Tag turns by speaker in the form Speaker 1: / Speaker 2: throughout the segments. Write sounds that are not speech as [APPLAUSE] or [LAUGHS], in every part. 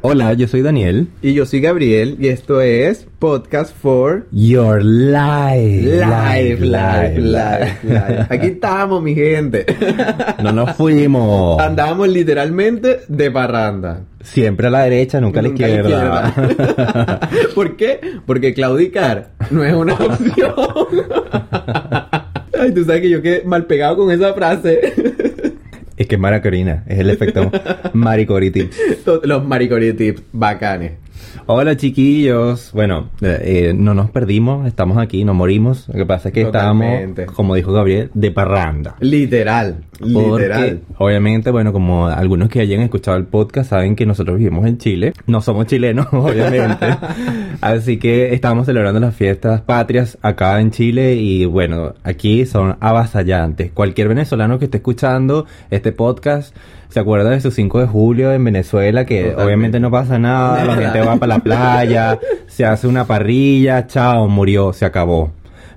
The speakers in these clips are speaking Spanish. Speaker 1: Hola, yo soy Daniel.
Speaker 2: Y yo soy Gabriel y esto es Podcast for
Speaker 1: Your life.
Speaker 2: Live, live, live, live. Aquí estamos, mi gente.
Speaker 1: [LAUGHS] No nos fuimos.
Speaker 2: Andamos literalmente de parranda.
Speaker 1: Siempre a la derecha, nunca a la
Speaker 2: Nunca a la
Speaker 1: izquierda.
Speaker 2: izquierda. [LAUGHS] ¿Por qué? Porque claudicar no es una opción. Ay, tú sabes que yo quedé mal pegado con esa frase.
Speaker 1: [LAUGHS] es que es Maracorina, es el [LAUGHS] efecto Maricoriti.
Speaker 2: Los maricoritips bacanes.
Speaker 1: Hola chiquillos. Bueno, eh, eh, no nos perdimos, estamos aquí, no morimos. Lo que pasa es que
Speaker 2: Totalmente.
Speaker 1: estábamos, como dijo Gabriel, de parranda.
Speaker 2: Literal,
Speaker 1: Porque,
Speaker 2: literal.
Speaker 1: Obviamente, bueno, como algunos que hayan escuchado el podcast saben que nosotros vivimos en Chile. No somos chilenos, [LAUGHS] obviamente. Así que estamos celebrando las fiestas patrias acá en Chile y bueno, aquí son avasallantes. Cualquier venezolano que esté escuchando este podcast se acuerda de su 5 de julio en Venezuela, que
Speaker 2: Totalmente.
Speaker 1: obviamente no pasa nada, la
Speaker 2: [LAUGHS] Nada.
Speaker 1: gente va para la playa, se hace una parrilla, chao, murió, se acabó.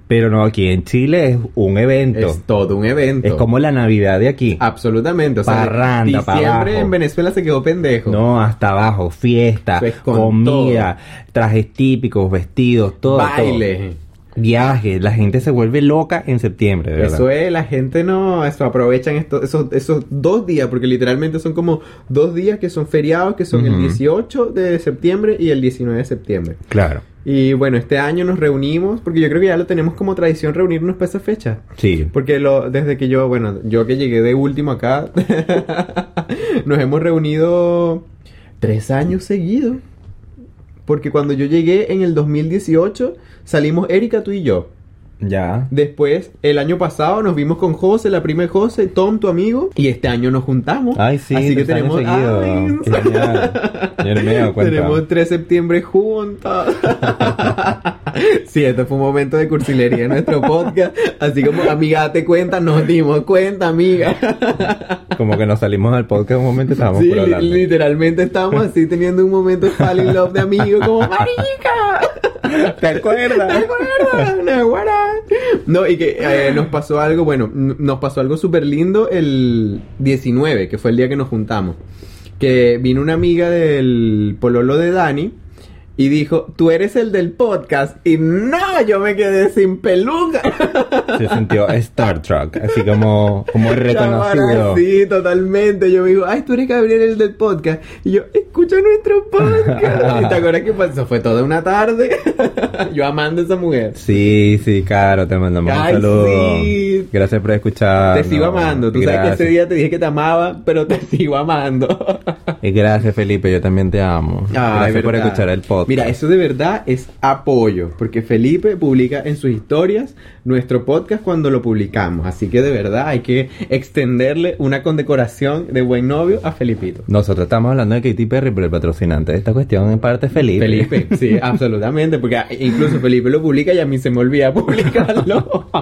Speaker 1: Pero no, aquí en Chile es un evento.
Speaker 2: Es todo un evento.
Speaker 1: Es como la Navidad de aquí.
Speaker 2: Absolutamente. O sea,
Speaker 1: Parranda, pa'
Speaker 2: diciembre
Speaker 1: abajo.
Speaker 2: en Venezuela se quedó pendejo.
Speaker 1: No, hasta abajo, fiesta,
Speaker 2: Pues con
Speaker 1: comida, trajes típicos, vestidos, todo.
Speaker 2: Baile.
Speaker 1: todo. Viajes, la gente se vuelve loca en septiembre, de ¿verdad?
Speaker 2: Eso es, la gente no, eso aprovechan esto- esos, esos dos días, porque literalmente son como dos días que son feriados, que son el
Speaker 1: Ujú.
Speaker 2: 18 de septiembre y el 19 de septiembre.
Speaker 1: Claro.
Speaker 2: Y bueno, este año nos reunimos, porque yo creo que ya lo tenemos como tradición reunirnos para esa fecha.
Speaker 1: Sí.
Speaker 2: Porque lo, desde que yo, bueno, yo que llegué de último acá, [LAUGHS] nos hemos reunido tres años seguidos. Porque cuando yo llegué en el 2018, salimos Erika, tú y yo.
Speaker 1: Ya.
Speaker 2: Después, el añño pasado nos vimos con José, la prima de José, Tom, tu amigo, y este año nos juntamos.
Speaker 1: Ay, sí,
Speaker 2: así que
Speaker 1: tres años
Speaker 2: tenemos,
Speaker 1: seguidos.
Speaker 2: ay,
Speaker 1: Qué genial. Yo no me he dado cuenta.
Speaker 2: tenemos 3 septiembre juntos. [LAUGHS] sí, esto fue un momento de cursilería en nuestro podcast. Así como, amiga, date cuenta, nos dimos cuenta, amiga.
Speaker 1: Como que nos salimos del podcast un momento y estábamos
Speaker 2: Sí,
Speaker 1: por hablar.
Speaker 2: li- literalmente estábamos así teniendo un momento fall in love de amigo, como, marica.
Speaker 1: ¿Te acuerdas?
Speaker 2: ¿Te acuerdas? Una guara. No, y que eh, nos pasó algo, bueno, n- nos pasó algo súper lindo el 19, que fue el día que nos juntamos. Que vino una amiga del pololo de Dani y dijo, tú eres el del podcast. Y no, yo me quedé sin peluca.
Speaker 1: [LAUGHS] Se sintió Star Trek, así como, como reconocido.
Speaker 2: Chaval, Sí, totalmente. Yo me digo, ay, tú eres Gabriel el del podcast. Y yo, escucha nuestro podcast. ¿Y te acuerdas qué pasó? Fue toda una tarde. [LAUGHS] yo amando a esa mujer.
Speaker 1: Sí, sí, Caro, te mandamos
Speaker 2: Ay,
Speaker 1: un saludo.
Speaker 2: sí.
Speaker 1: Gracias por escuchar.
Speaker 2: Te sigo amando. Tú sabes que ese día te dije que te amaba, pero te [LAUGHS] sigo amando.
Speaker 1: Y Eh, gracias, Felipe, yo también te amo.
Speaker 2: Ay,
Speaker 1: gracias por
Speaker 2: verdad.
Speaker 1: escuchar el podcast.
Speaker 2: Ah, Mira, eso de verdad es apoyo, porque Felipe publica en sus historias nuestro podcast cuando lo publicamos. Así que de verdad hay que extenderle una condecoración de buen novio a Felipito.
Speaker 1: Nosotros estamos hablando de Katy Perry, pero el patrocinante de esta cuestión en parte es Felipe.
Speaker 2: Felipe, sí, absolutamente, porque a- incluso Felipe lo publica y a mí se me olvida publicarlo.
Speaker 1: [LAUGHS]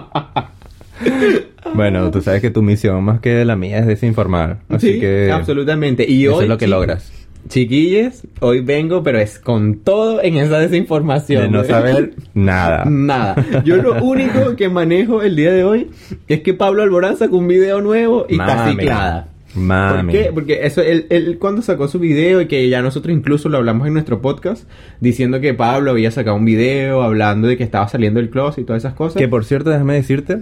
Speaker 1: Bueno, tú sabes que tu misión más que la mía es desinformar. Así
Speaker 2: Sí,
Speaker 1: que
Speaker 2: absolutamente. Y
Speaker 1: eso
Speaker 2: hoy,
Speaker 1: es lo que
Speaker 2: chi-
Speaker 1: logras.
Speaker 2: Chiquilles, hoy vengo, pero es con todo en esa desinformación.
Speaker 1: De no
Speaker 2: güey.
Speaker 1: saber nada.
Speaker 2: [LAUGHS] Nada. Yo lo único que manejo el día de hoy es que Pablo Alborán sacó un video nuevo y está
Speaker 1: Mami.
Speaker 2: ciclada. ¿Por
Speaker 1: Mami.
Speaker 2: qué? Porque eso, él, él cuando sacó su video y que ya nosotros incluso lo hablamos en nuestro podcast, diciendo que Pablo había sacado un video hablando de que estaba saliendo del closet y todas esas cosas.
Speaker 1: Que por cierto, déjame decirte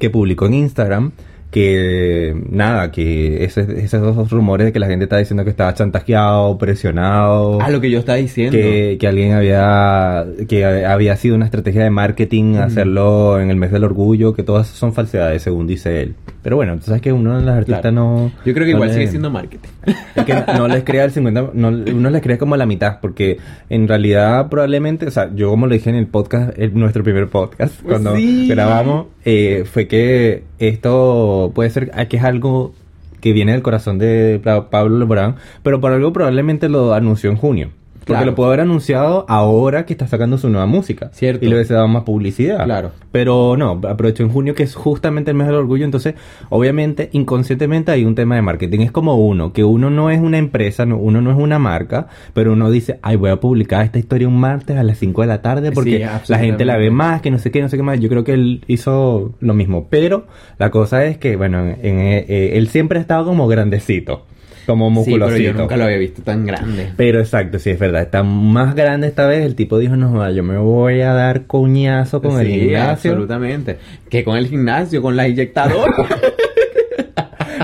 Speaker 1: que publicó en Instagram que nada, que ese- esos dos rumores de que la gente está diciendo que estaba chantajeado, presionado.
Speaker 2: a lo que yo estaba diciendo.
Speaker 1: que, que alguien había que había sido una estrategia de marketing hacerlo en el mes del orgullo, que todas son falsedades según dice él. Pero bueno, tú sabes que uno de los artistas
Speaker 2: Claro.
Speaker 1: no
Speaker 2: Yo creo que
Speaker 1: no
Speaker 2: igual
Speaker 1: le-
Speaker 2: sigue siendo marketing.
Speaker 1: es que no les crea el 50, no, uno les crea como la mitad, porque en realidad probablemente, o sea, yo como lo dije en el podcast, en nuestro primer podcast,
Speaker 2: Pues
Speaker 1: cuando
Speaker 2: sí.
Speaker 1: grabamos, eh, fue que esto puede ser ah, que es algo que viene del corazón de Pla- Pablo Lebrán, pero por algo probablemente lo anunció en junio. Porque
Speaker 2: Claro.
Speaker 1: lo puede haber anunciado ahora que está sacando su nueva música.
Speaker 2: Cierto.
Speaker 1: Y le hubiese dado más publicidad.
Speaker 2: Claro.
Speaker 1: Pero no, aprovechó en junio, que es justamente el mes del orgullo. Entonces, obviamente, inconscientemente hay un tema de marketing. Es como uno, que uno no es una empresa, no- uno no es una marca, pero uno dice, ay, voy a publicar esta historia un martes a las 5 de la tarde
Speaker 2: Sí,
Speaker 1: porque la gente la ve más, que no sé qué, no sé qué más. Yo creo que él hizo lo mismo. Pero la cosa es que, bueno, en- en- eh, él siempre ha estado como grandecito. como
Speaker 2: Sí, pero yo
Speaker 1: musculosito.
Speaker 2: nunca lo había visto tan grande.
Speaker 1: Pero exacto, sí, es verdad. Está más grande esta vez. El tipo dijo, no, joda, yo me voy a dar coñazo con el
Speaker 2: Sí,
Speaker 1: gimnasio.
Speaker 2: absolutamente. Que con el gimnasio, con
Speaker 1: [LAUGHS]
Speaker 2: la inyectadora.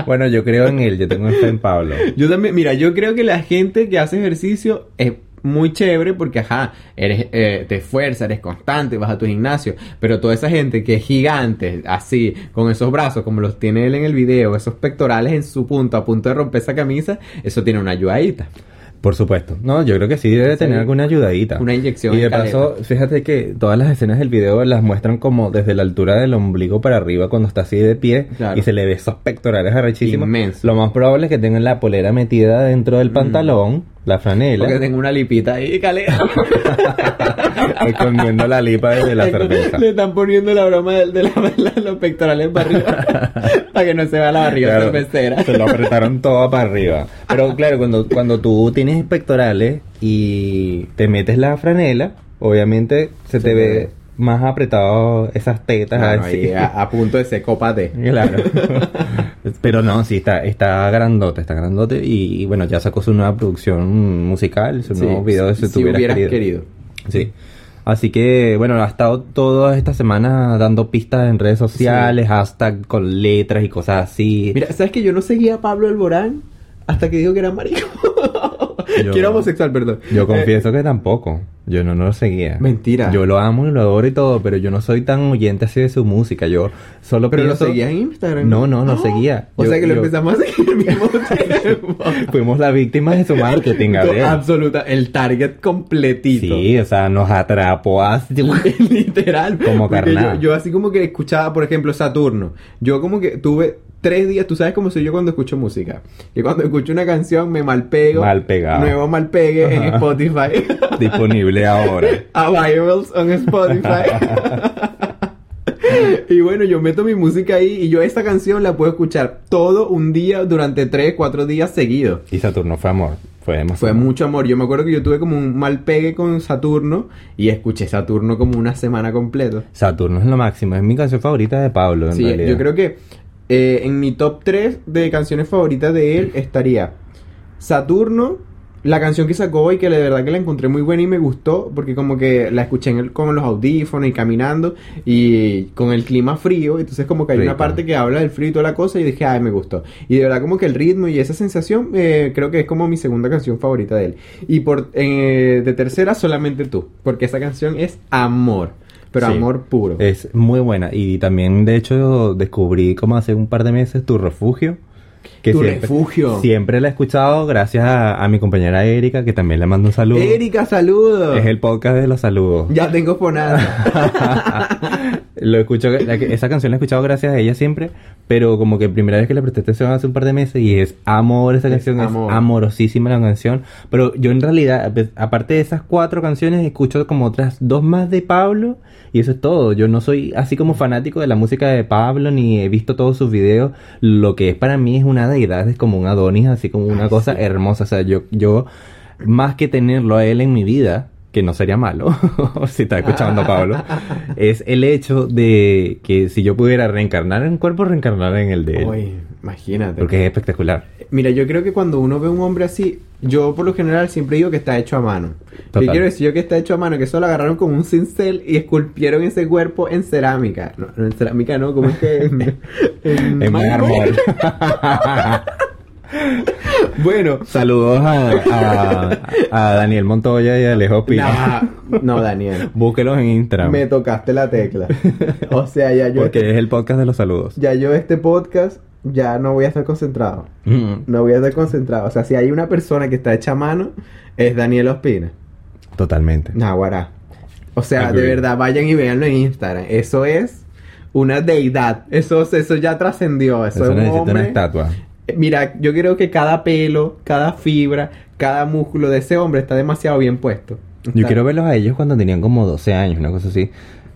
Speaker 1: Bueno, yo creo en él. Yo tengo fe en Pablo.
Speaker 2: Yo también, mira, yo creo que la gente que hace ejercicio es muy chévere porque, ajá, eres, eh, te esfuerzas, eres constante, vas a tu gimnasio. Pero toda esa gente que es gigante, así, con esos brazos como los tiene él en el video, esos pectorales en su punto, a punto de romper esa camisa, eso tiene una ayudadita.
Speaker 1: Por supuesto. No, yo creo que sí debe
Speaker 2: Sí.
Speaker 1: tener alguna ayudadita.
Speaker 2: Una inyección
Speaker 1: Y de
Speaker 2: en
Speaker 1: paso, fíjate que todas las escenas del video las muestran como desde la altura del ombligo para arriba cuando está así de pie
Speaker 2: Claro.
Speaker 1: y se le ve esos pectorales arrechísimos.
Speaker 2: Inmenso. Mm.
Speaker 1: Lo más probable es que tengan la polera metida dentro del pantalón, la franela,
Speaker 2: Porque tengo una lipita ahí, caleta.
Speaker 1: escondiendo eh, la lipa [LAUGHS] de
Speaker 2: [LAUGHS]
Speaker 1: la cerveza.
Speaker 2: Le están poniendo la broma de, de la- [LAUGHS] de los pectorales
Speaker 1: [LAUGHS]
Speaker 2: para arriba. para que no se vea la barriga
Speaker 1: Claro,
Speaker 2: cervecera.
Speaker 1: Se lo apretaron todo para arriba.
Speaker 2: [LAUGHS]
Speaker 1: Pero claro, cuando, cuando tú tienes pectorales y te metes la franela, obviamente se te
Speaker 2: te
Speaker 1: ve
Speaker 2: ve.
Speaker 1: más apretado esas tetas
Speaker 2: Claro,
Speaker 1: así.
Speaker 2: ahí ah. a, a punto de ser copa
Speaker 1: [LAUGHS]
Speaker 2: de. [LAUGHS]
Speaker 1: Claro. Pero no, sí, está, está grandote, está grandote. Y, y bueno, ya sacó su nueva producción musical, su
Speaker 2: Sí,
Speaker 1: nuevo video de
Speaker 2: si-
Speaker 1: si,
Speaker 2: si
Speaker 1: tuvieras,
Speaker 2: hubieras
Speaker 1: querido.
Speaker 2: querido.
Speaker 1: Sí. Así que, bueno, ha estado toda esta semana dando pistas en redes sociales, hashtag con letras y cosas así.
Speaker 2: Mira, ¿sabes que yo no seguía a Pablo Alborán hasta que dijo que era marico?
Speaker 1: Yo-
Speaker 2: [LAUGHS] que era homosexual, perdón.
Speaker 1: Yo confieso que tampoco. Yo no, no lo seguía.
Speaker 2: Eh, Mentira.
Speaker 1: Yo lo amo y lo adoro y todo, pero yo no soy tan oyente así de su música. Yo solo
Speaker 2: Pero lo
Speaker 1: pienso-
Speaker 2: seguías en Instagram.
Speaker 1: No, no, no seguía.
Speaker 2: [GASPS] O
Speaker 1: Yo-
Speaker 2: sea que lo
Speaker 1: yo-
Speaker 2: empezamos a seguir
Speaker 1: [LAUGHS]
Speaker 2: al mismo tiempo.
Speaker 1: [LAUGHS] Fuimos las víctimas de su
Speaker 2: [LAUGHS]
Speaker 1: marketing, Gabriel.
Speaker 2: Absoluta, el target completito.
Speaker 1: Sí, o sea, nos atrapó así. [LAUGHS]
Speaker 2: [LAUGHS] Literal.
Speaker 1: Como
Speaker 2: Porque
Speaker 1: carnada.
Speaker 2: yo, yo así como que escuchaba, por ejemplo, Saturno. Yo como que tuve tres días, tú sabes cómo soy yo cuando escucho música. Que cuando escucho una canción me malpego.
Speaker 1: Mal pegado.
Speaker 2: Nuevo malpegue en
Speaker 1: Ajá.
Speaker 2: Spotify. [LAUGHS]
Speaker 1: disponible ahora.
Speaker 2: Availables
Speaker 1: [LAUGHS]
Speaker 2: on Spotify. y bueno, yo meto mi música ahí y yo esta canción la puedo escuchar todo un día durante 3, 4 días seguidos.
Speaker 1: Y Saturno fue amor. Fue
Speaker 2: Fue
Speaker 1: demasiado.
Speaker 2: mucho amor. Yo me acuerdo que yo tuve como un mal pegue con Saturno y escuché Saturno como una semana completa.
Speaker 1: Saturno es lo máximo. Es mi canción favorita de Pablo, en
Speaker 2: Sí,
Speaker 1: realidad.
Speaker 2: yo creo que eh, en mi top 3 de canciones favoritas de él estaría Saturno, la canción que sacó hoy, que la verdad que la encontré muy buena y me gustó, porque como que la escuché en el- con los audífonos y caminando y con el clima frío, entonces como que hay una
Speaker 1: Rico.
Speaker 2: parte que habla del frío y toda la cosa y dije, ay, me gustó. Y de verdad como que el ritmo y esa sensación eh, creo que es como mi segunda canción favorita de él. Y por eh, de tercera solamente tú, porque esa canción es amor, pero
Speaker 1: Sí. Eh,
Speaker 2: amor puro.
Speaker 1: Es muy buena. Y también, de hecho, descubrí como hace un par de meses tu refugio.
Speaker 2: Tu refugio.
Speaker 1: Siempre la he escuchado gracias a, a mi compañera Erika, que también le mando un saludo.
Speaker 2: Erika, saludos.
Speaker 1: Es el podcast de los saludos.
Speaker 2: Ya tengo
Speaker 1: [LAUGHS]
Speaker 2: fonada.
Speaker 1: Lo escucho, la que- esa canción la he escuchado gracias a ella siempre, pero como que primera vez que le presté atención hace un par de meses y es amor esa
Speaker 2: Es
Speaker 1: canción, es,
Speaker 2: amor.
Speaker 1: amorosísima la canción, pero yo en realidad, a pe- aparte de esas cuatro canciones, escucho como otras dos más de Pablo y eso es todo, yo no soy así como fanático de la música de Pablo ni he visto todos sus videos, lo que es para mí es una deidad, es como un Adonis, así como una cosa hermosa, o sea, yo, yo más que tenerlo a él en mi vida, que no sería malo, [LAUGHS] si está
Speaker 2: Ah.
Speaker 1: escuchando Pablo, [LAUGHS] es el hecho de que si yo pudiera reencarnar en un cuerpo, reencarnar en el de él.
Speaker 2: Uy, imagínate.
Speaker 1: Porque es espectacular.
Speaker 2: Mira, yo creo que cuando uno ve un hombre así, yo por lo general siempre digo que está hecho a mano.
Speaker 1: Total.
Speaker 2: Y quiero decir yo que está hecho a mano, que eso lo agarraron con un cincel y esculpieron ese cuerpo en cerámica. No, no en cerámica no, como es
Speaker 1: [LAUGHS]
Speaker 2: que en, en
Speaker 1: En
Speaker 2: [LAUGHS]
Speaker 1: mármol.
Speaker 2: Bueno,
Speaker 1: Saludos a, a- a Daniel Montoya y a Alejo Pina.
Speaker 2: nah, no, Daniel.
Speaker 1: Búsquelos en Instagram.
Speaker 2: Me tocaste
Speaker 1: [LAUGHS]
Speaker 2: la tecla. O sea, ya yo,
Speaker 1: Porque es el podcast de los saludos.
Speaker 2: ya yo este podcast ya no voy a estar concentrado.
Speaker 1: Mm,
Speaker 2: No voy a estar concentrado. O sea, si hay una persona que está hecha a mano, es Daniel Ospina.
Speaker 1: Totalmente.
Speaker 2: Naguará. O sea,
Speaker 1: Agree.
Speaker 2: de verdad, vayan y véanlo en Instagram. Eso es una deidad. Eso, eso ya trascendió. Eso,
Speaker 1: Eso
Speaker 2: es un
Speaker 1: necesita
Speaker 2: hombre.
Speaker 1: una estatua.
Speaker 2: Eh, Mira, yo creo que cada pelo, cada fibra, cada músculo de ese hombre está demasiado bien puesto.
Speaker 1: Yo
Speaker 2: Está-
Speaker 1: quiero verlos a ellos cuando tenían como 12 años, una cosa así.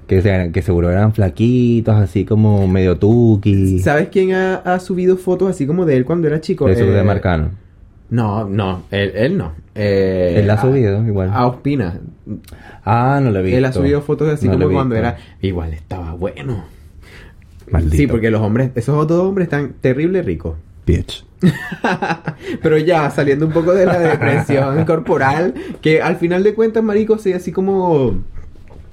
Speaker 1: Que, se- que seguro eran flaquitos, así como medio tuki.
Speaker 2: ¿Sabes quién ha, ha subido fotos así como de él cuando era chico?
Speaker 1: Eso
Speaker 2: Eh,
Speaker 1: de Marcano.
Speaker 2: No, no, él, él no. Eh,
Speaker 1: Él la ha
Speaker 2: a-
Speaker 1: subido igual.
Speaker 2: A Ospina.
Speaker 1: Ah, no lo he visto.
Speaker 2: Él ha subido fotos así
Speaker 1: No lo
Speaker 2: como
Speaker 1: he
Speaker 2: cuando
Speaker 1: visto.
Speaker 2: era. Igual estaba bueno.
Speaker 1: Maldito.
Speaker 2: Sí, porque los hombres, esos dos hombres están terrible ricos.
Speaker 1: bitch.
Speaker 2: Pero ya, saliendo un poco de la depresión corporal, que al final de cuentas, marico, sí, así como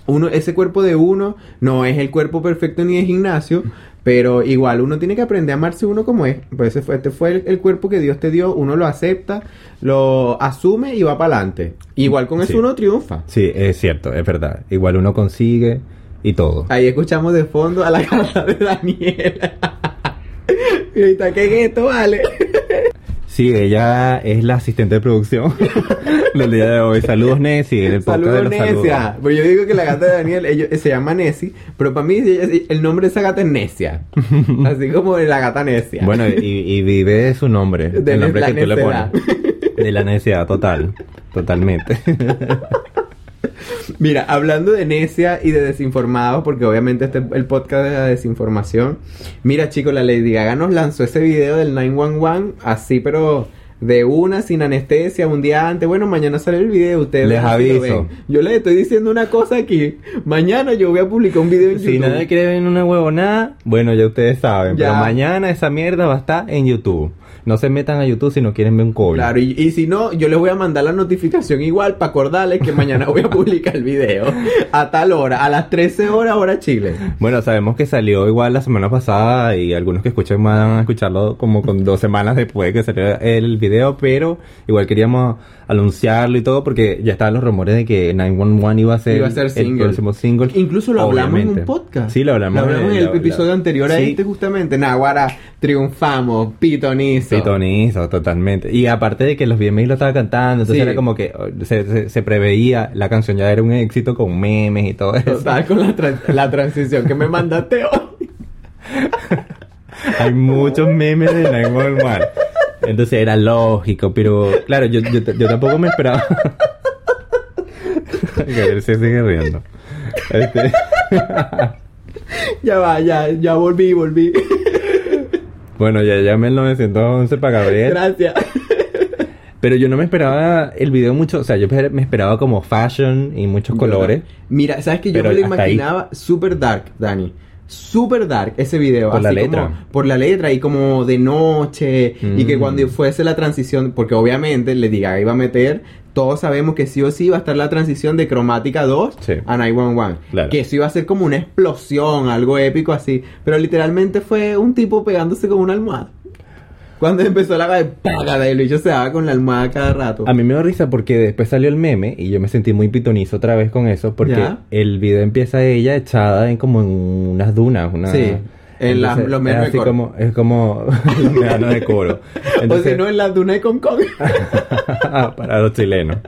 Speaker 2: uno, ese cuerpo de uno no es el cuerpo perfecto ni de gimnasio, pero igual uno tiene que aprender a amarse uno como es. Pues ese fue, este fue el, el cuerpo que Dios te dio, uno lo acepta, lo asume y va para adelante. Igual con eso
Speaker 1: Sí.
Speaker 2: uno triunfa.
Speaker 1: Sí, es cierto, es verdad. Igual uno consigue y todo.
Speaker 2: Ahí escuchamos de fondo a la [LAUGHS] carta de Daniela. [LAUGHS] y ahorita, ¿qué es esto, vale?
Speaker 1: Sí, ella es la asistente de producción [LAUGHS] del día de hoy. Saludos, Nessie. El podcast de
Speaker 2: Saludos,
Speaker 1: los saludos.
Speaker 2: Necia. Pero yo digo que la gata de Daniel ellos- se llama Nessie, pero para mí ella- el nombre de esa gata es
Speaker 1: [LAUGHS]
Speaker 2: Necia. Así como de la gata Necia.
Speaker 1: Bueno, y, y vive su nombre.
Speaker 2: De
Speaker 1: el nombre
Speaker 2: la
Speaker 1: que tú le
Speaker 2: necedad.
Speaker 1: pones. De la necesidad total. Totalmente.
Speaker 2: Mira, hablando de Necia y de desinformados, porque obviamente este es el podcast de la desinformación. Mira, chicos, la Lady Gaga nos lanzó ese video del 911 así, pero de una, sin anestesia, un día antes. Bueno, mañana sale el video, ustedes
Speaker 1: Les
Speaker 2: verán si lo
Speaker 1: aviso.
Speaker 2: ven. Yo les estoy diciendo una cosa aquí. Mañana yo voy a publicar un video [LAUGHS] en
Speaker 1: si
Speaker 2: YouTube.
Speaker 1: nadie cree en una huevonada, bueno, ya ustedes saben.
Speaker 2: Ya.
Speaker 1: Pero mañana esa mierda va a estar en YouTube. No se metan a YouTube si no quieren ver un cobre.
Speaker 2: Claro, y, y si no, yo les voy a mandar la notificación igual para acordarles que mañana voy a publicar el video a tal hora, a las 13 horas, hora Chile.
Speaker 1: Bueno, sabemos que salió igual la semana pasada y algunos que escuchan van a escucharlo como con dos semanas después que salió el video, pero igual queríamos anunciarlo y todo porque ya estaban los rumores de que 911 iba a ser,
Speaker 2: Iba a ser
Speaker 1: el
Speaker 2: single.
Speaker 1: próximo single.
Speaker 2: Incluso lo hablamos en
Speaker 1: Obviamente.
Speaker 2: un podcast.
Speaker 1: Sí, lo hablamos,
Speaker 2: en el
Speaker 1: la-
Speaker 2: episodio
Speaker 1: la-
Speaker 2: anterior a
Speaker 1: Sí,
Speaker 2: este justamente. Naguara, triunfamos, pitonizo.
Speaker 1: Pitonizo, totalmente. Y aparte de que los VMAs lo estaba cantando, entonces
Speaker 2: Sí.
Speaker 1: era como que oh, se, se- se preveía, la canción ya era un éxito con memes y todo eso.
Speaker 2: Total, con la, tran- la transición que me mandaste hoy. [LAUGHS]
Speaker 1: Hay muchos memes de 911. Entonces era lógico, pero claro, yo, yo, yo tampoco me esperaba. [LAUGHS] Gabriel se sigue riendo. Este,
Speaker 2: Ya va, ya, ya volví, volví.
Speaker 1: bueno, ya llamé el 911 para Gabriel.
Speaker 2: Gracias.
Speaker 1: Pero yo no me esperaba el video mucho. O sea, yo pe- me esperaba como fashion y muchos colores.
Speaker 2: Mira, ¿sabes que yo
Speaker 1: Pero
Speaker 2: me lo
Speaker 1: hasta ahí.
Speaker 2: imaginaba super dark, Dani? Super dark ese video.
Speaker 1: Por la
Speaker 2: así como-
Speaker 1: letra.
Speaker 2: por la letra y como de noche. Y que
Speaker 1: Mm.
Speaker 2: cuando fuese la transición, porque obviamente le diga, iba a meter. Todos sabemos que sí o sí va a estar la transición de cromática 2
Speaker 1: Sí.
Speaker 2: a 911.
Speaker 1: Claro.
Speaker 2: Que eso iba a ser como una explosión, algo épico así. Pero literalmente fue un tipo pegándose con una almohada. Cuando empezó la paga y Luis se daba con la almohada cada rato.
Speaker 1: A mí me dio risa porque después salió el meme y yo me sentí muy pitonizo otra vez con eso porque
Speaker 2: Ya.
Speaker 1: el video empieza ella echada en como en unas dunas, una
Speaker 2: Sí, en las- los
Speaker 1: es
Speaker 2: medanos de
Speaker 1: así
Speaker 2: coro.
Speaker 1: como es como [LAUGHS] los medanos de coro.
Speaker 2: [LAUGHS] o
Speaker 1: Entonces,
Speaker 2: si no, en la duna de Hong Kong.
Speaker 1: [LAUGHS] para los chilenos.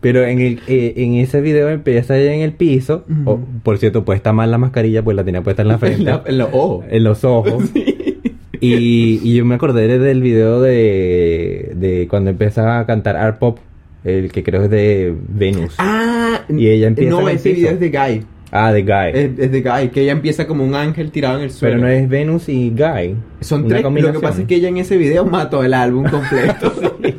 Speaker 1: Pero en, el, eh, en ese video empieza ella en el piso.
Speaker 2: Ujú.
Speaker 1: o, por cierto, pues está mal la mascarilla, pues la tenía puesta en
Speaker 2: [LAUGHS]
Speaker 1: la frente.
Speaker 2: en, la- oh. en los ojos.
Speaker 1: en los
Speaker 2: [LAUGHS]
Speaker 1: ojos. Y, y yo me acordé de- del video de, de cuando empieza a cantar Art Pop, el que creo es de Venus.
Speaker 2: Ah,
Speaker 1: Y ella empieza en
Speaker 2: No,
Speaker 1: el
Speaker 2: ese
Speaker 1: piso.
Speaker 2: video es de Guy.
Speaker 1: Ah, de Guy.
Speaker 2: Es, es de Guy, que ella empieza como un ángel tirado en el
Speaker 1: Pero
Speaker 2: suelo.
Speaker 1: no es Venus y Guy.
Speaker 2: Son
Speaker 1: Una
Speaker 2: tres. Lo que
Speaker 1: combinación.
Speaker 2: pasa es que ella en ese video mató el álbum completo.
Speaker 1: [LAUGHS]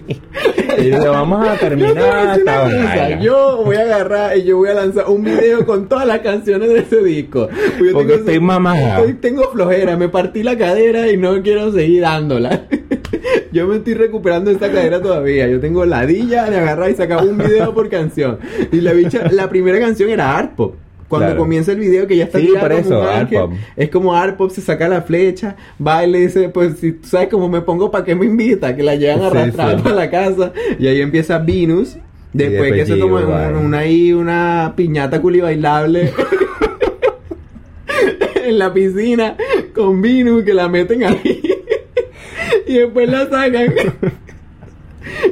Speaker 1: Y dice, vamos a
Speaker 2: [LAUGHS] Yo te voy a
Speaker 1: terminar
Speaker 2: decir una
Speaker 1: esta
Speaker 2: cosa,
Speaker 1: vaina".
Speaker 2: yo voy a agarrar y yo voy a lanzar un video con todas las canciones de ese disco. Pues yo
Speaker 1: Porque
Speaker 2: tengo-
Speaker 1: estoy mamada.
Speaker 2: estoy- tengo flojera, me partí la cadera y no quiero seguir dándola. [LAUGHS] Yo me estoy recuperando esta cadera todavía. Yo tengo ladilla de agarrar y sacar un video por canción. Y la bicha, la primera canción era Art Pop. Cuando
Speaker 1: Claro.
Speaker 2: comienza el video que ya está
Speaker 1: Sí,
Speaker 2: tirada
Speaker 1: por
Speaker 2: como
Speaker 1: eso,
Speaker 2: un
Speaker 1: Art
Speaker 2: ángel,
Speaker 1: Pop.
Speaker 2: es como Art Pop se saca la flecha, va y le dice, pues si tú sabes cómo me pongo, ¿para qué me invita? Que la llevan
Speaker 1: Sí,
Speaker 2: arrastrada
Speaker 1: sí.
Speaker 2: para la casa. Y ahí empieza Venus. Después,
Speaker 1: después
Speaker 2: que se
Speaker 1: Gio,
Speaker 2: toma
Speaker 1: vale.
Speaker 2: un- una ahí, una piñata culi bailable [LAUGHS] en la piscina con Venus que la meten ahí. [LAUGHS] y después la sacan. [LAUGHS]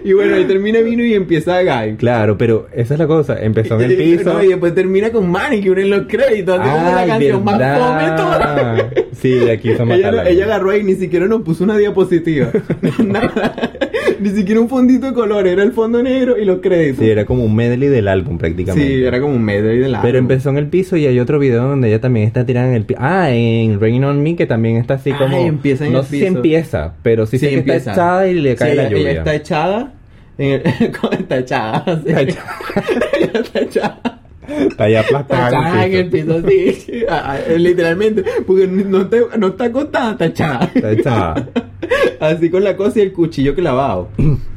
Speaker 2: y bueno, ahí termina Venus y empieza Guy.
Speaker 1: Claro, pero esa es la cosa. Empezó
Speaker 2: [LAUGHS]
Speaker 1: en el
Speaker 2: Y- y-
Speaker 1: piso.
Speaker 2: no, y después termina con Manicure en los créditos. Así como la
Speaker 1: Ay,
Speaker 2: canción más fome toda.
Speaker 1: verdad. Sí, de aquí son
Speaker 2: [LAUGHS] Ella,
Speaker 1: matarla.
Speaker 2: ella agarró ahí, ni siquiera nos puso una [LAUGHS] diapositiva. Nada. Ni siquiera un fondito de color. Era el fondo negro y los créditos.
Speaker 1: Sí, era como un medley del álbum prácticamente.
Speaker 2: Sí, era como un medio de la.
Speaker 1: Pero empezó en el piso y hay otro video donde ella también está tirada en el piso. Ah, en Rain on Me, que también está así
Speaker 2: Ah,
Speaker 1: como.
Speaker 2: empieza en
Speaker 1: no
Speaker 2: el
Speaker 1: sé si
Speaker 2: piso.
Speaker 1: empieza, pero sí,
Speaker 2: Sí,
Speaker 1: sé que está
Speaker 2: empieza.
Speaker 1: echada y le
Speaker 2: Sí,
Speaker 1: cae la
Speaker 2: ella-
Speaker 1: lluvia.
Speaker 2: Ella está echada. En el- [LAUGHS] ¿Cómo está echada? Sí.
Speaker 1: Está
Speaker 2: [LAUGHS] Ella está echada.
Speaker 1: Está ahí
Speaker 2: Está
Speaker 1: aplastada.
Speaker 2: echada en el piso, sí. eh, sí, ah, ah, Literalmente. Porque no, te- no está acostada, está echada.
Speaker 1: Está echada.
Speaker 2: Así con la cosa y el cuchillo clavado.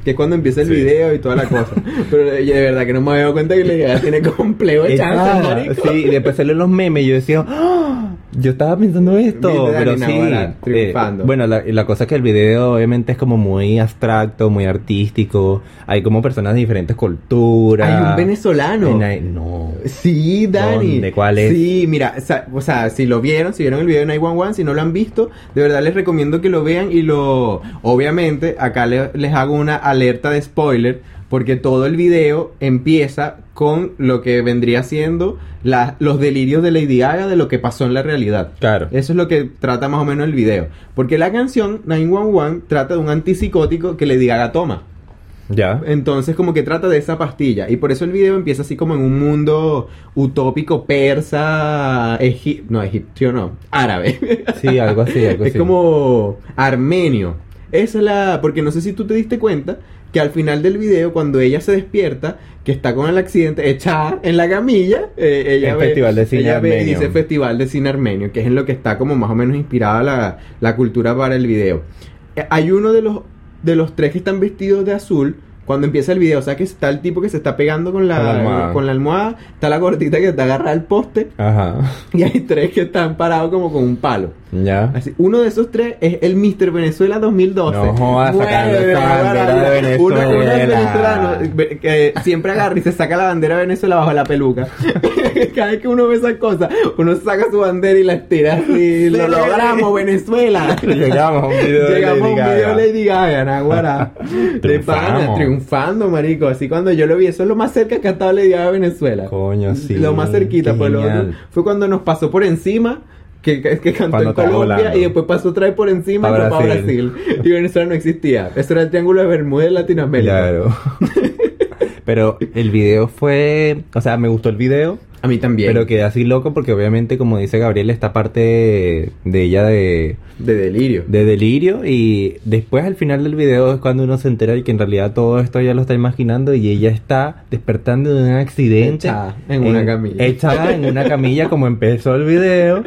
Speaker 2: Que es cuando empieza el
Speaker 3: Sí.
Speaker 2: video y toda la cosa. Pero eh, de verdad que no me había dado cuenta que la idea tiene complejo de
Speaker 1: Estaba,
Speaker 2: chance, marico.
Speaker 1: Eh, ah, sí, y después salen los memes y yo decía, "Ah, yo estaba pensando esto,
Speaker 2: Viste, Dani
Speaker 1: pero sí.
Speaker 2: Navarra,
Speaker 1: eh,
Speaker 2: triunfando.
Speaker 1: bueno, la, la cosa es que el video obviamente es como muy abstracto, muy artístico. Hay como personas de diferentes culturas.
Speaker 2: Hay un venezolano.
Speaker 1: En ahí- No.
Speaker 2: Sí, Dani.
Speaker 1: ¿Dónde? ¿Cuál es?
Speaker 2: Sí, mira, sa- o sea, si lo vieron, si vieron el video de 911, si no lo han visto, de verdad les recomiendo que lo vean y lo... Obviamente, acá le- les hago una alerta de spoiler, porque todo el video empieza con lo que vendría siendo la- los delirios de Lady Gaga de lo que pasó en la realidad.
Speaker 1: Claro.
Speaker 2: Eso es lo que trata más o menos el video. Porque la canción 911 trata de un antipsicótico que Lady Gaga toma.
Speaker 1: Ya.
Speaker 2: Entonces como que trata de esa pastilla y por eso el video empieza así como en un mundo utópico persa, egip no egipcio no, árabe.
Speaker 1: Sí, algo así, algo
Speaker 2: es
Speaker 1: así.
Speaker 2: como armenio. Esa es la porque no sé si tú te diste cuenta que al final del video cuando ella se despierta, que está con el accidente echada en la camilla, eh, ella
Speaker 1: El
Speaker 2: ve-
Speaker 1: Festival de Cine
Speaker 2: ella ve y
Speaker 1: Armenio.
Speaker 2: dice Festival de Cine Armenio, que es en lo que está como más o menos inspirada la, la cultura para el video. Eh, Hay uno de los, de los tres que están vestidos de azul cuando empieza el video. O sea que está el tipo que se está pegando con la,
Speaker 1: Con la almohada.
Speaker 2: con la almohada, está la gordita que está agarrada al poste
Speaker 1: Ajá.
Speaker 2: y hay tres que están parados como con un palo.
Speaker 1: Ya.
Speaker 2: Así, uno de esos tres es el Mr. Venezuela 2012.
Speaker 1: No jodas, sacando
Speaker 2: Muere,
Speaker 1: esa bandera de
Speaker 2: Uno, uno es
Speaker 1: Venezuela.
Speaker 2: venezolano ve- que siempre agarra y se saca la bandera de Venezuela bajo la peluca. [LAUGHS] Cada vez que uno ve esas cosas, uno saca su bandera y la estira así. ¡Lo logramos,
Speaker 1: [LAUGHS]
Speaker 2: Venezuela!
Speaker 1: Llegamos a un video de
Speaker 2: [LAUGHS] Llegamos a un
Speaker 1: Lady
Speaker 2: video
Speaker 1: Gaga.
Speaker 2: Lady
Speaker 1: [LAUGHS]
Speaker 2: Gaga, naguará. De pana,
Speaker 1: Triunfamos.
Speaker 2: triunfando, marico. Así cuando yo lo vi, eso es lo más cerca que ha estado Lady Gaga a Venezuela.
Speaker 1: Coño, sí,
Speaker 2: Lo más cerquita,
Speaker 1: qué
Speaker 2: pues lo otro
Speaker 1: genial.
Speaker 2: fue cuando nos pasó por encima. Que, que- que cantó
Speaker 1: Cuando
Speaker 2: en
Speaker 1: estaba
Speaker 2: Colombia
Speaker 1: volando.
Speaker 2: y después pasó otra vez por encima
Speaker 1: Pa'
Speaker 2: y fue para
Speaker 1: Brasil.
Speaker 2: Brasil. Y Venezuela no existía. Eso era el triángulo de Bermuda de Latinoamérica.
Speaker 1: Claro. [LAUGHS] Pero el video fue, o sea, me gustó el video,
Speaker 2: A mí también.
Speaker 1: pero quedé así loco porque obviamente, como dice Gabriel, esta parte de, de ella de,
Speaker 2: De delirio.
Speaker 1: de delirio y después al final del video es cuando uno se entera de que en realidad todo esto ya lo está imaginando y ella está despertando de un accidente.
Speaker 2: Echada en una camilla.
Speaker 1: Echada en una camilla como empezó el video.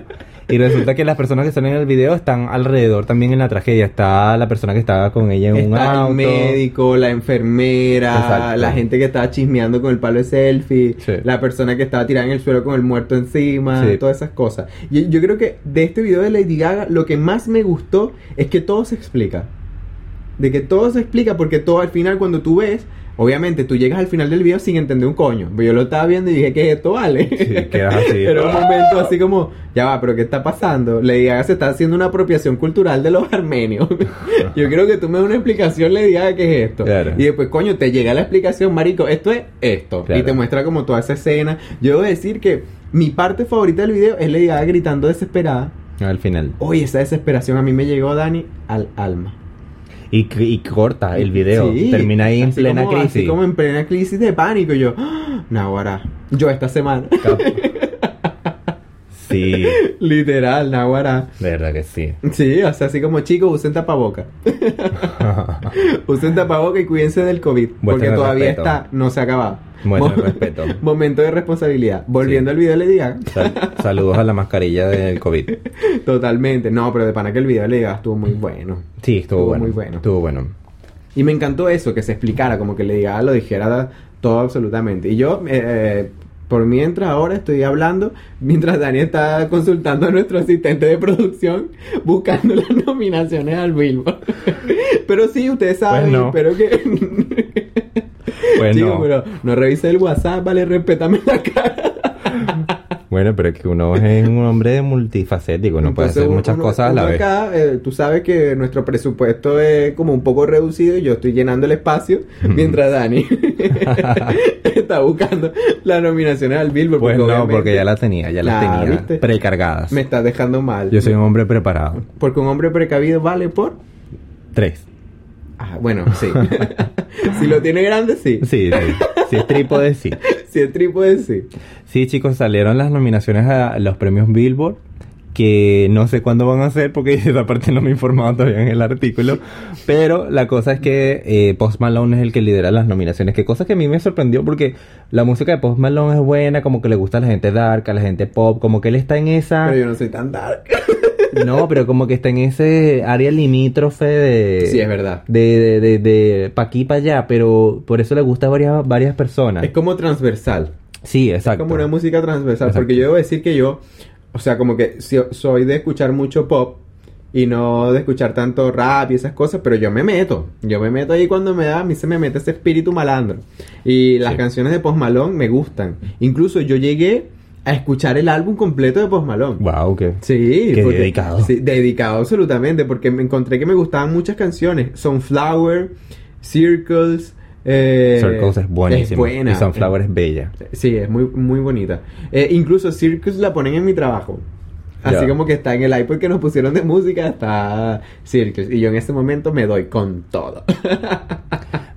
Speaker 1: Y resulta que las personas que salen en el video están alrededor también en la tragedia. Está la persona que estaba con ella en un
Speaker 2: Está
Speaker 1: auto.
Speaker 2: el médico, la enfermera,
Speaker 1: Exacto.
Speaker 2: la gente que estaba chismeando con el palo de selfie,
Speaker 1: Sí.
Speaker 2: la persona que estaba tirada en el suelo con el muerto encima,
Speaker 1: Sí.
Speaker 2: todas esas cosas. Y yo creo que de este video de Lady Gaga lo que más me gustó es que todo se explica. De que todo se explica porque todo al final cuando tú ves, obviamente tú llegas al final del video sin entender un coño. Pues Yo lo estaba viendo y dije que esto vale.
Speaker 1: Sí, quedas
Speaker 2: [LAUGHS]
Speaker 1: así.
Speaker 2: Era un momento así como, ya va, pero ¿qué está pasando? Lady Gaga se está haciendo una apropiación cultural de los armenios. Yo creo que tú me das una explicación, Lady Gaga, ¿qué es esto?
Speaker 1: Claro.
Speaker 2: Y después, coño, te llega la explicación, marico, esto es esto.
Speaker 1: Claro.
Speaker 2: Y te muestra como toda esa escena. Yo debo decir que mi parte favorita del video es Lady Gaga gritando desesperada.
Speaker 1: Al final.
Speaker 2: Oye, esa desesperación a mí me llegó, Dani, al alma.
Speaker 1: Y, cr- y corta el video.
Speaker 2: Sí,
Speaker 1: Termina ahí en
Speaker 2: así
Speaker 1: plena
Speaker 2: como-
Speaker 1: crisis.
Speaker 2: Así como en plena crisis de pánico. Y yo, ¡Ah! Naguará. Yo esta semana. [LAUGHS]
Speaker 1: Cap- sí, de
Speaker 2: Literal, Naguará.
Speaker 1: verdad que sí.
Speaker 2: Sí, o sea, así como chicos, usen tapaboca. usen tapaboca y cuídense del COVID. porque
Speaker 1: Muestren el
Speaker 2: todavía
Speaker 1: respeto.
Speaker 2: está, no se ha acabado.
Speaker 1: Muestren
Speaker 2: Mo-
Speaker 1: el respeto.
Speaker 2: [LAUGHS] Momento de responsabilidad. Volviendo al video de Lady Gaga,
Speaker 1: Sal- saludos a la mascarilla del COVID.
Speaker 2: totalmente. No, pero de pana que el video de Lady Gaga estuvo muy bueno.
Speaker 1: Sí, estuvo,
Speaker 2: Estuvo
Speaker 1: bueno.
Speaker 2: muy bueno.
Speaker 1: Estuvo bueno.
Speaker 2: Y me encantó eso, que se explicara, como que Lady Gaga lo dijera todo absolutamente. Y yo, eh, eh, por mientras ahora estoy hablando, mientras Dani está consultando a nuestro asistente de producción, buscando las nominaciones al Billboard. [LAUGHS] pero sí, ustedes saben,
Speaker 1: Pues no. Pues
Speaker 2: espero que... [LAUGHS]
Speaker 1: Bueno,
Speaker 2: Chico, pero no revise el WhatsApp, vale, respétame la cara.
Speaker 1: bueno, pero es que uno es un hombre multifacético, Pues no puede
Speaker 2: Entonces,
Speaker 1: hacer muchas
Speaker 2: uno-
Speaker 1: cosas a la
Speaker 2: uno
Speaker 1: vez.
Speaker 2: acá, eh, tú sabes que nuestro presupuesto es como un poco reducido y yo estoy llenando el espacio mientras Dani [LAUGHS] está buscando las nominaciones al Billboard.
Speaker 1: Pues
Speaker 2: porque
Speaker 1: no, porque
Speaker 2: obviamente
Speaker 1: ya las tenía, ya
Speaker 2: Ah,
Speaker 1: las tenía
Speaker 2: ¿viste?
Speaker 1: precargadas.
Speaker 2: Me está dejando mal.
Speaker 1: Yo soy un hombre preparado.
Speaker 2: Porque un hombre precavido vale por...
Speaker 1: Tres.
Speaker 2: Ah, bueno, sí. [LAUGHS] si lo tiene grande, sí. [LAUGHS]
Speaker 1: Sí, sí. Si es trípode, sí.
Speaker 2: Si es trípode, sí.
Speaker 1: Sí, chicos, salieron las nominaciones a los premios Billboard, que no sé cuándo van a ser porque [LAUGHS] esa parte no me he informado todavía en el artículo, pero la cosa es que eh, Post Malone es el que lidera las nominaciones, que cosa que a mí me sorprendió porque la música de Post Malone es buena, como que le gusta a la gente dark, a la gente pop, como que él está en esa...
Speaker 2: Pero yo no soy tan dark.
Speaker 1: [LAUGHS] No, pero como que está en ese área limítrofe de.
Speaker 2: Sí, es verdad.
Speaker 1: De, de, de, de pa' aquí, pa' allá, pero por eso le gusta a varias, varias personas.
Speaker 2: Es como transversal.
Speaker 1: Sí, exacto.
Speaker 2: Es como una música transversal.
Speaker 1: Exacto.
Speaker 2: Porque yo debo decir que yo, o sea, como que si- soy de escuchar mucho pop y no de escuchar tanto rap y esas cosas, pero yo me meto. Yo me meto ahí cuando me da, a mí se me mete ese espíritu malandro. Y las
Speaker 1: Sí.
Speaker 2: canciones de Post Malone me gustan. Incluso yo llegué a escuchar el álbum completo de Post Malone.
Speaker 1: Wow, qué.
Speaker 2: Sí,
Speaker 1: Qué dedicado.
Speaker 2: Sí, dedicado absolutamente, porque me encontré que me gustaban muchas canciones. Sunflower, Circles. Eh,
Speaker 1: Circles es buenísimo.
Speaker 2: Es buena.
Speaker 1: Y Sunflower es bella.
Speaker 2: Sí, es muy, muy bonita. Eh, incluso Circus la ponen en mi trabajo. Así
Speaker 1: Ya.
Speaker 2: como que está en el iPod que nos pusieron de música, está Circus. Y yo en este momento me doy con todo.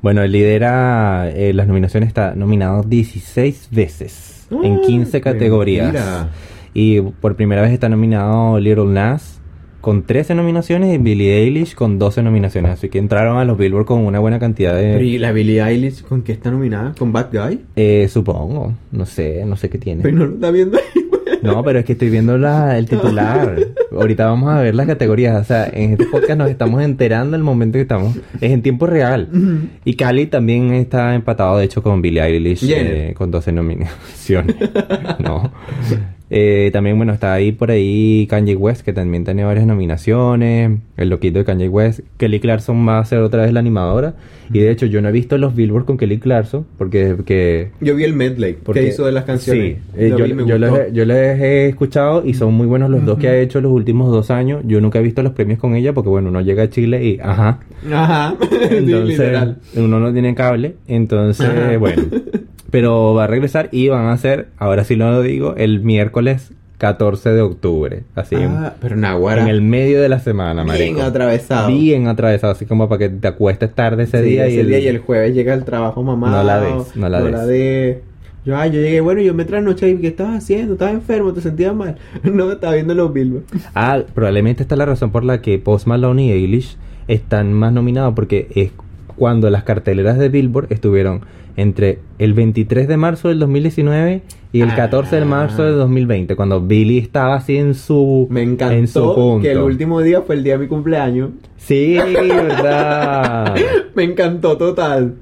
Speaker 1: Bueno, él lidera eh, las nominaciones, está nominado 16 veces en
Speaker 2: Ah,
Speaker 1: 15 categorías. Eh.
Speaker 2: mira.
Speaker 1: Y por primera vez está nominado Little Nas con 13 nominaciones y Billie Eilish con 12 nominaciones. Así que entraron a los Billboard con una buena cantidad
Speaker 2: Pero
Speaker 1: de...
Speaker 2: ¿Y la Billie Eilish con qué está nominada? ¿Con Bad Guy?
Speaker 1: eh, supongo, no sé, no sé qué tiene.
Speaker 2: Pero no lo está viendo ahí. [LAUGHS]
Speaker 1: No, pero es que estoy viendo la, el titular. Ahorita vamos a ver las categorías. O sea, en este podcast nos estamos enterando el momento que estamos. Es en tiempo real. Y Cali también está empatado, de hecho, con Billie Eilish.
Speaker 2: Jenner.
Speaker 1: eh, con 12 nominaciones. [LAUGHS] no. Eh, también, bueno, está ahí por ahí Kanye West, que también tiene varias nominaciones. El loquito de Kanye West. Kelly Clarkson va a ser otra vez la animadora. Y de hecho, yo no he visto los Billboard con Kelly Clarkson, porque... que-
Speaker 2: Yo vi el medley
Speaker 1: porque-
Speaker 2: que hizo de las canciones.
Speaker 1: Sí, eh,
Speaker 2: Lo
Speaker 1: yo,
Speaker 2: vi y me
Speaker 1: yo
Speaker 2: gustó.
Speaker 1: les, yo les he escuchado y son muy buenos los dos que ha hecho los últimos dos años. Yo nunca he visto los premios con ella porque, bueno, uno llega a Chile y, ajá,
Speaker 2: Ajá. [LAUGHS] Sí,
Speaker 1: entonces
Speaker 2: literal.
Speaker 1: uno no tiene cable, entonces,
Speaker 2: Ajá. [LAUGHS]
Speaker 1: bueno. Pero va a regresar y van a hacer, ahora sí lo digo, el miércoles 14 de octubre. Así,
Speaker 2: Ah, pero
Speaker 1: en,
Speaker 2: Nahuara.
Speaker 1: el medio de la semana,
Speaker 2: bien
Speaker 1: marico.
Speaker 2: atravesado.
Speaker 1: Bien atravesado, así como para que te acuestes tarde ese
Speaker 2: Sí,
Speaker 1: día. y
Speaker 2: ese
Speaker 1: el-
Speaker 2: día y el jueves llega al trabajo mamá.
Speaker 1: No la ves, no la ves.
Speaker 2: de- Yo, ay, yo llegué, bueno, yo me trasnoché y ¿qué estabas haciendo? ¿Estabas enfermo? ¿Te sentías mal? [LAUGHS] No, estaba viendo los Billboard.
Speaker 1: Ah, probablemente esta es la razón por la que Post Malone y Eilish están más nominados, porque es cuando las carteleras de Billboard estuvieron entre el 23 de marzo del 2019 y el 14 de marzo del 2020, cuando Billy estaba así en su,
Speaker 2: Me
Speaker 1: en su
Speaker 2: encantó
Speaker 1: punto.
Speaker 2: que el último día fue el día de mi cumpleaños.
Speaker 1: Sí,
Speaker 2: [LAUGHS]
Speaker 1: verdad.
Speaker 2: Me encantó total.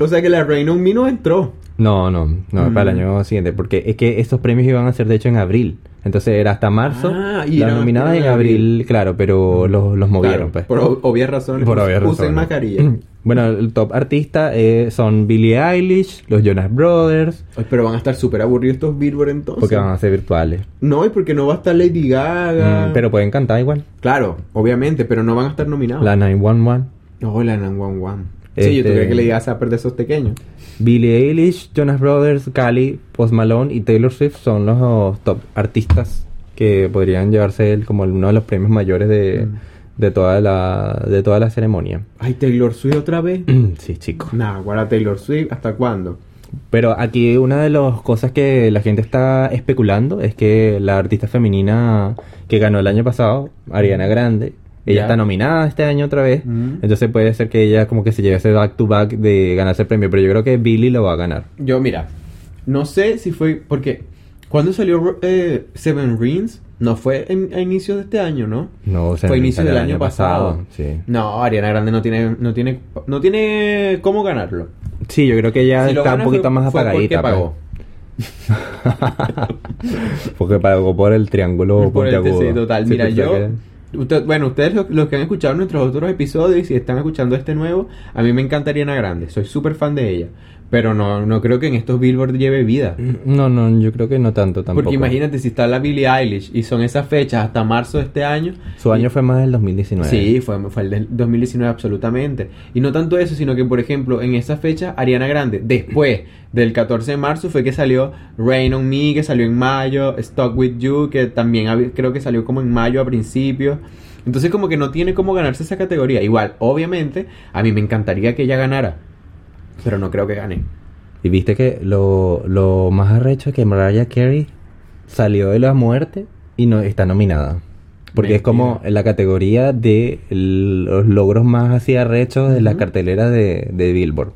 Speaker 2: O sea que la Reina un no entró.
Speaker 1: No, no, no,
Speaker 2: Mm.
Speaker 1: para el año siguiente, porque es que estos premios iban a ser de hecho en abril. Entonces era hasta marzo,
Speaker 2: Ah, y
Speaker 1: las
Speaker 2: eran-
Speaker 1: nominadas en
Speaker 2: eran en
Speaker 1: abril, claro, pero los, los movieron.
Speaker 2: Claro,
Speaker 1: pues.
Speaker 2: Por ob- obvias razones.
Speaker 1: Por obvias
Speaker 2: Usen
Speaker 1: razones.
Speaker 2: mascarilla.
Speaker 1: [CLEARS THROAT] Bueno, el top artista eh, son Billie Eilish, los Jonas Brothers,
Speaker 2: Ay, Pero van a estar súper aburridos estos Billboard entonces.
Speaker 1: porque van a ser virtuales.
Speaker 2: No, y porque no va a estar Lady Gaga.
Speaker 1: Mm, pero pueden cantar igual.
Speaker 2: Claro, obviamente, pero no van a estar nominados.
Speaker 1: La 911.
Speaker 2: Hola, Nan Wan Wan. Sí, yo
Speaker 1: Este-
Speaker 2: tuviera que le digas a perder esos pequeños.
Speaker 1: Billie Eilish, Jonas Brothers, Cali, Post Malone y Taylor Swift son los, oh, top artistas que podrían llevarse el- como uno de los premios mayores de,
Speaker 2: Mm.
Speaker 1: de toda, la, de toda la ceremonia. [CLEARS THROAT]
Speaker 2: Ay, Taylor Swift otra vez.
Speaker 1: sí, chicos.
Speaker 2: nah, guarda Taylor Swift, ¿hasta cuándo?
Speaker 1: Pero aquí una de las cosas que la gente está especulando es que la artista femenina que ganó el año pasado, Ariana Grande, ella
Speaker 2: Ya.
Speaker 1: está nominada este año otra vez.
Speaker 2: Mm.
Speaker 1: Entonces puede ser que ella como que se lleve ese back to back de ganarse el premio. Pero yo creo que Billy lo va a ganar.
Speaker 2: Yo, mira, no sé si fue. Porque, ¿cuándo salió eh, Seven Rings? No fue en- a inicios de este año, ¿no?
Speaker 1: No, se
Speaker 2: fue a
Speaker 1: me
Speaker 2: inicios
Speaker 1: sale
Speaker 2: del
Speaker 1: el
Speaker 2: año, pasado.
Speaker 1: Sí.
Speaker 2: No, Ariana Grande no tiene, no tiene, no tiene cómo ganarlo.
Speaker 1: Sí, yo creo que ella
Speaker 2: Si lo
Speaker 1: está un
Speaker 2: gana
Speaker 1: poquito
Speaker 2: fue-
Speaker 1: más
Speaker 2: fue
Speaker 1: apagadita.
Speaker 2: Porque
Speaker 1: pues.
Speaker 2: pagó.
Speaker 1: [LAUGHS] Porque pagó por el triángulo
Speaker 2: [LAUGHS] Por el
Speaker 1: puntiagudo.
Speaker 2: TC total.
Speaker 1: Sí, pues,
Speaker 2: Mira,
Speaker 1: pensé
Speaker 2: yo.
Speaker 1: que-
Speaker 2: usted- bueno, ustedes lo- los, que han escuchado nuestros otros episodios y si están escuchando este nuevo, a mí me encanta Ariana Grande. Soy súper fan de ella. Pero no, no creo que en estos Billboard lleve vida.
Speaker 1: No, no, yo creo que no tanto tampoco.
Speaker 2: Porque imagínate si está la Billie Eilish y son esas fechas hasta marzo de este año.
Speaker 1: Su año
Speaker 2: Y-
Speaker 1: fue más del 2019.
Speaker 2: Sí, fue, fue el del 2019 absolutamente. Y no tanto eso, sino que, por ejemplo, en esa fecha, Ariana Grande, después del 14 de marzo, fue que salió Rain on Me, que salió en mayo, Stuck With You, que también hab- creo que salió como en mayo a principios. Entonces como que no tiene cómo ganarse esa categoría. Igual, obviamente, a mí me encantaría que ella ganara, pero no creo que gane.
Speaker 1: Y viste que lo, lo más arrecho es que Mariah Carey salió de la muerte y no está nominada. Porque es como
Speaker 2: Mentira.
Speaker 1: en la categoría de los logros más así arrechos de las
Speaker 2: Ujú.
Speaker 1: carteleras de, de Billboard.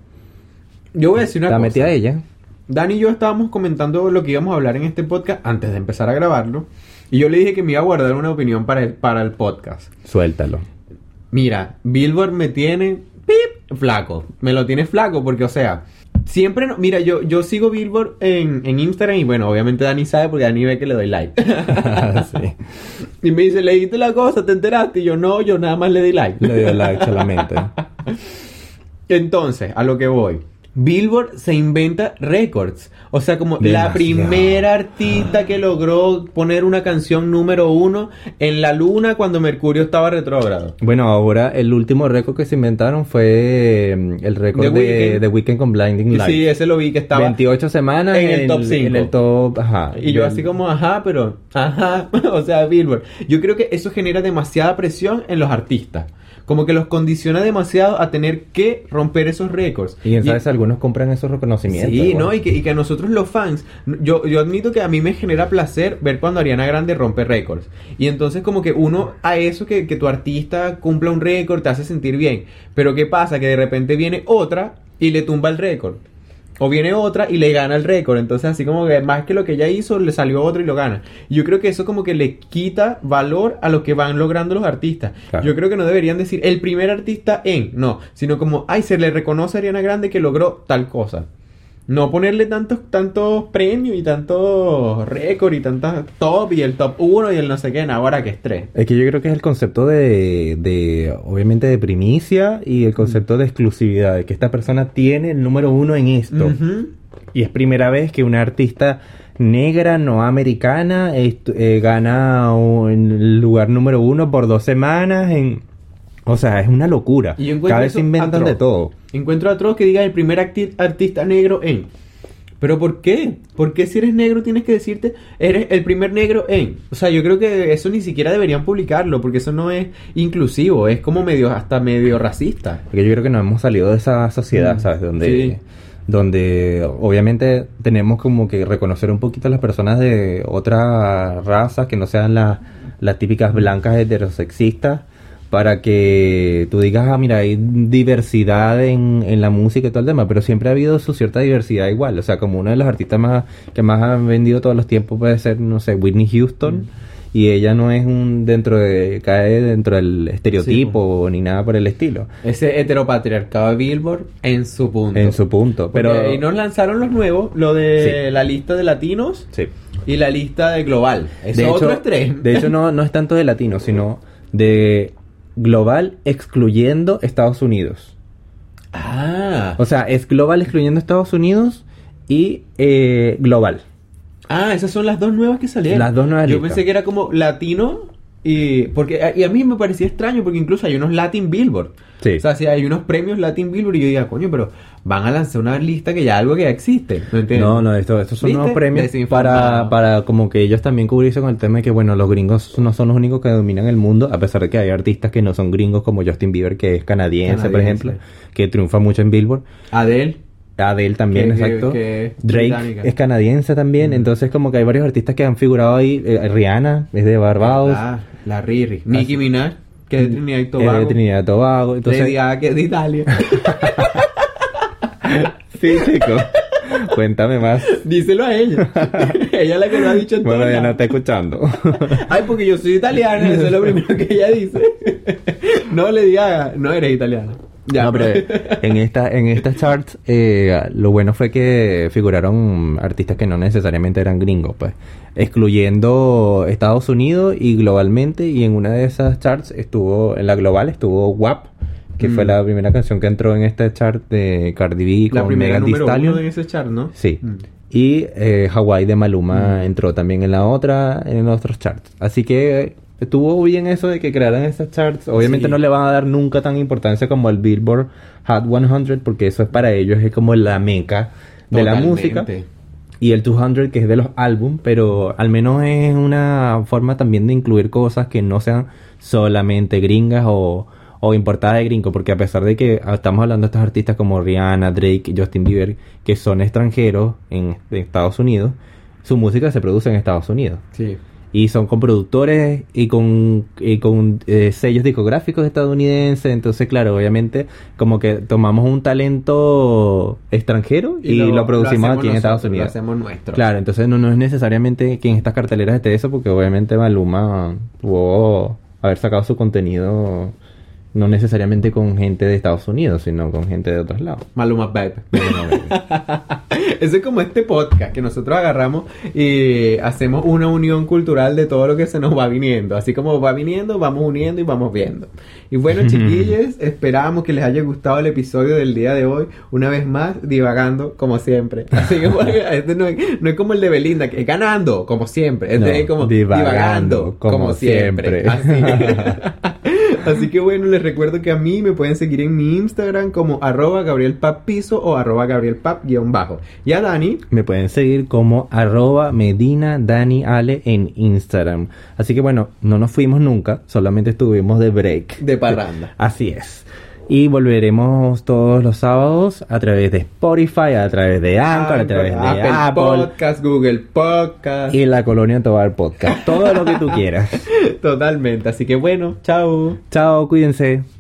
Speaker 2: Yo voy a decir una
Speaker 1: la
Speaker 2: cosa.
Speaker 1: metí a ella.
Speaker 2: Dani y yo estábamos comentando lo que íbamos a hablar en este podcast antes de empezar a grabarlo. Y yo le dije que me iba a guardar una opinión para el, para el podcast. [LAUGHS]
Speaker 1: Suéltalo. [LAUGHS]
Speaker 2: Mira, Billboard me tiene pip, flaco. Me lo tiene flaco porque, o sea, siempre... no- mira, yo, yo sigo Billboard en, en Instagram y, bueno, obviamente Dani sabe porque Dani ve que le doy like. [LAUGHS]
Speaker 1: sí.
Speaker 2: y me dice, leíste la cosa, ¿te enteraste? Y yo, no, yo nada más le di like.
Speaker 1: Le dio like solamente.
Speaker 2: Entonces, a lo que voy. Billboard se inventa récords. O sea, como la
Speaker 1: Demasiado.
Speaker 2: primera artista que logró poner una canción número uno en la luna cuando Mercurio estaba retrógrado.
Speaker 1: Bueno, ahora el último récord que se inventaron fue eh, el récord de
Speaker 2: The Weeknd.
Speaker 1: The Weeknd con Blinding Lights.
Speaker 2: Sí, ese lo vi que estaba.
Speaker 1: 28 semanas
Speaker 2: en el top cinco.
Speaker 1: En el top, ajá.
Speaker 2: Y yo así como, ajá, pero, ajá, [LAUGHS] o sea, Billboard. Yo creo que eso genera demasiada presión en los artistas. Como que los condiciona demasiado a tener que romper esos récords.
Speaker 1: Y quién sabe si algunos compran esos reconocimientos.
Speaker 2: Sí,
Speaker 1: bueno.
Speaker 2: ¿no? Y que, y que a nosotros los fans, yo, yo admito que a mí me genera placer ver cuando Ariana Grande rompe récords. Y entonces como que uno a eso que, que tu artista cumpla un récord te hace sentir bien. Pero ¿qué pasa? Que de repente viene otra y le tumba el récord. O viene otra y le gana el récord. Entonces así como que más que lo que ella hizo, le salió otro y lo gana. Yo creo que eso como que le quita valor a lo que van logrando los artistas.
Speaker 1: Claro.
Speaker 2: Yo creo que no deberían decir el primer artista en, no, sino como, ay, se le reconoce a Ariana Grande que logró tal cosa. No ponerle tantos, tantos premios y tantos récords y tantas top y el top 1 y el no sé qué, no, ahora que es 3.
Speaker 1: Es que yo creo que es el concepto de, de, obviamente, de primicia y el concepto de exclusividad, de que esta persona tiene el número uno en esto. Y es primera vez que una artista negra, no americana, est- eh, gana un- el lugar número uno por dos semanas. En... O sea, es una locura.
Speaker 2: Y yo encuentro
Speaker 1: Cada vez
Speaker 2: eso
Speaker 1: se inventan
Speaker 2: atroz.
Speaker 1: de todo.
Speaker 2: Encuentro atroz que diga el primer acti- artista negro en. ¿Pero por qué? ¿Por qué si eres negro tienes que decirte eres el primer negro en? O sea, yo creo que eso ni siquiera deberían publicarlo porque eso no es inclusivo, es como medio hasta medio racista.
Speaker 1: Porque yo creo que nos hemos salido de esa sociedad,
Speaker 2: Mm,
Speaker 1: ¿sabes? Donde,
Speaker 2: sí.
Speaker 1: donde obviamente tenemos como que reconocer un poquito a las personas de otras razas que no sean las, las típicas blancas heterosexistas para que tú digas, ah, mira, hay diversidad en, en la música y todo el tema, pero siempre ha habido su cierta diversidad igual. O sea, como uno de los artistas más que más han vendido todos los tiempos puede ser, no sé, Whitney Houston.
Speaker 2: Mm.
Speaker 1: Y ella no es un dentro de, cae dentro del estereotipo ni nada por el estilo.
Speaker 2: Ese heteropatriarcado de Billboard en su punto.
Speaker 1: En su punto,
Speaker 2: Pero
Speaker 1: pero...
Speaker 2: ahí nos lanzaron los nuevos, lo de
Speaker 1: Sí.
Speaker 2: la lista de latinos
Speaker 1: Sí.
Speaker 2: y la lista de global. Eso
Speaker 1: De
Speaker 2: otro
Speaker 1: hecho,
Speaker 2: estrés.
Speaker 1: de hecho, no, no es tanto de latino, sino de global excluyendo Estados Unidos.
Speaker 2: [LAUGHS] Ah,
Speaker 1: O sea, es global excluyendo Estados Unidos y eh, global.
Speaker 2: ah, esas son las dos nuevas que salieron.
Speaker 1: Las dos nuevas
Speaker 2: Yo
Speaker 1: listas.
Speaker 2: pensé que era como latino y porque eh, y a mí me parecía extraño porque incluso hay unos Latin Billboard.
Speaker 1: Sí.
Speaker 2: O sea, si hay unos premios Latin Billboard y yo diga, coño, pero van a lanzar una lista que ya algo que ya existe. No entiendo.
Speaker 1: No, no, esto- estos son
Speaker 2: ¿Viste?
Speaker 1: unos premios para,
Speaker 2: Desinformado.
Speaker 1: para como que ellos también cubrirse con el tema de que, bueno, los gringos no son los únicos que dominan el mundo, a pesar de que hay artistas que no son gringos como Justin Bieber, que es canadiense, por
Speaker 2: Canadiense.
Speaker 1: ejemplo, que triunfa mucho en Billboard.
Speaker 2: Adele.
Speaker 1: Adele Ah, también,
Speaker 2: Que- que-
Speaker 1: exacto.
Speaker 2: que es
Speaker 1: Drake
Speaker 2: británica. Mm.
Speaker 1: es canadiense también. Entonces, como que hay varios artistas que han figurado ahí. Eh, Rihanna es de Barbados.
Speaker 2: Ah, la Riri. Nicki Minaj, que es de Trinidad y
Speaker 1: Es
Speaker 2: Tobago.
Speaker 1: de Trinidad y Tobago. Entonces,
Speaker 2: Lady Gaga, que es de Italia.
Speaker 1: [LAUGHS]
Speaker 2: [LAUGHS]
Speaker 1: sí, chico. [LAUGHS] Cuéntame
Speaker 2: [LAUGHS]
Speaker 1: más.
Speaker 2: Díselo
Speaker 1: [LAUGHS]
Speaker 2: a ella. ella es la que lo ha dicho en
Speaker 1: Bueno,
Speaker 2: todos
Speaker 1: ya no
Speaker 2: lados.
Speaker 1: está escuchando.
Speaker 2: [LAUGHS] Ay, porque yo soy italiana, eso es lo primero que ella dice. [LAUGHS] no le diga, no eres italiana. Ya,
Speaker 1: No, pero en esta, en esta chart, eh, lo bueno fue que figuraron artistas que no necesariamente eran gringos, pues. Excluyendo Estados Unidos y globalmente, y en una de esas charts estuvo, en la global estuvo WAP, que
Speaker 2: Mm.
Speaker 1: fue la primera canción que entró en esta chart de Cardi B
Speaker 2: [LAUGHS] la
Speaker 1: con
Speaker 2: primera
Speaker 1: Megan Thee
Speaker 2: número
Speaker 1: Stallion.
Speaker 2: uno en ese chart, ¿no?
Speaker 1: Sí.
Speaker 2: Mm.
Speaker 1: Y eh, Hawaii de Maluma entró también en la otra, en otros charts. Así que eh, estuvo bien eso de que crearan esas charts. Obviamente
Speaker 2: Sí.
Speaker 1: no le van a dar nunca tan importancia como el Billboard Hot 100, porque eso es para ellos, es como la meca de la música.
Speaker 2: Totalmente.
Speaker 1: Y el 200, que es de los álbum, pero al menos es una forma también de incluir cosas que no sean solamente gringas o, o importadas de gringo, porque a pesar de que estamos hablando de estos artistas como Rihanna, Drake, Justin Bieber, que son extranjeros en, en Estados Unidos, su música se produce en Estados Unidos.
Speaker 2: Sí.
Speaker 1: y son con productores y con, y con eh, sellos discográficos estadounidenses. Entonces, claro, obviamente, como que tomamos un talento extranjero y, lo, producimos
Speaker 2: hacemos
Speaker 1: aquí en Estados
Speaker 2: nosotros, Lo
Speaker 1: Unidos.
Speaker 2: hacemos nuestro.
Speaker 1: Claro, entonces no, no es necesariamente que en estas carteleras esté eso, porque obviamente Maluma pudo haber sacado su contenido no necesariamente con gente de Estados Unidos, sino con gente de otros [LAUGHS] lados.
Speaker 2: Maluma Babe. [LAUGHS] Ese es como este podcast que nosotros agarramos y hacemos una unión cultural de todo lo que se nos va viniendo. Así como va viniendo, vamos uniendo y vamos viendo. Y bueno, chiquillos, esperamos que les haya gustado el episodio del día de hoy. Una vez más, divagando como siempre. Así que bueno, este no, es, no es como el de Belinda, que es ganando como siempre. Este
Speaker 1: No,
Speaker 2: es como divagando,
Speaker 1: divagando,
Speaker 2: como,
Speaker 1: como
Speaker 2: siempre.
Speaker 1: siempre.
Speaker 2: Así. [LAUGHS] Así que bueno, les recuerdo que a mí me pueden seguir en mi Instagram como arroba gabrielpappiso o arroba gabrielpap guión bajo. Y a Dani,
Speaker 1: Me pueden seguir como arroba Medina Dani Ale en Instagram. Así que bueno, no nos fuimos nunca, solamente estuvimos de break.
Speaker 2: de parranda.
Speaker 1: Así es. Y volveremos todos los sábados a través de Spotify, a través de Anchor, a través de
Speaker 2: Apple
Speaker 1: Apple,
Speaker 2: Podcast, Google Podcast,
Speaker 1: y la colonia Tobar
Speaker 2: [LAUGHS]
Speaker 1: Podcast. Todo lo que tú quieras.
Speaker 2: totalmente. Así que bueno, chao.
Speaker 1: Chao, cuídense.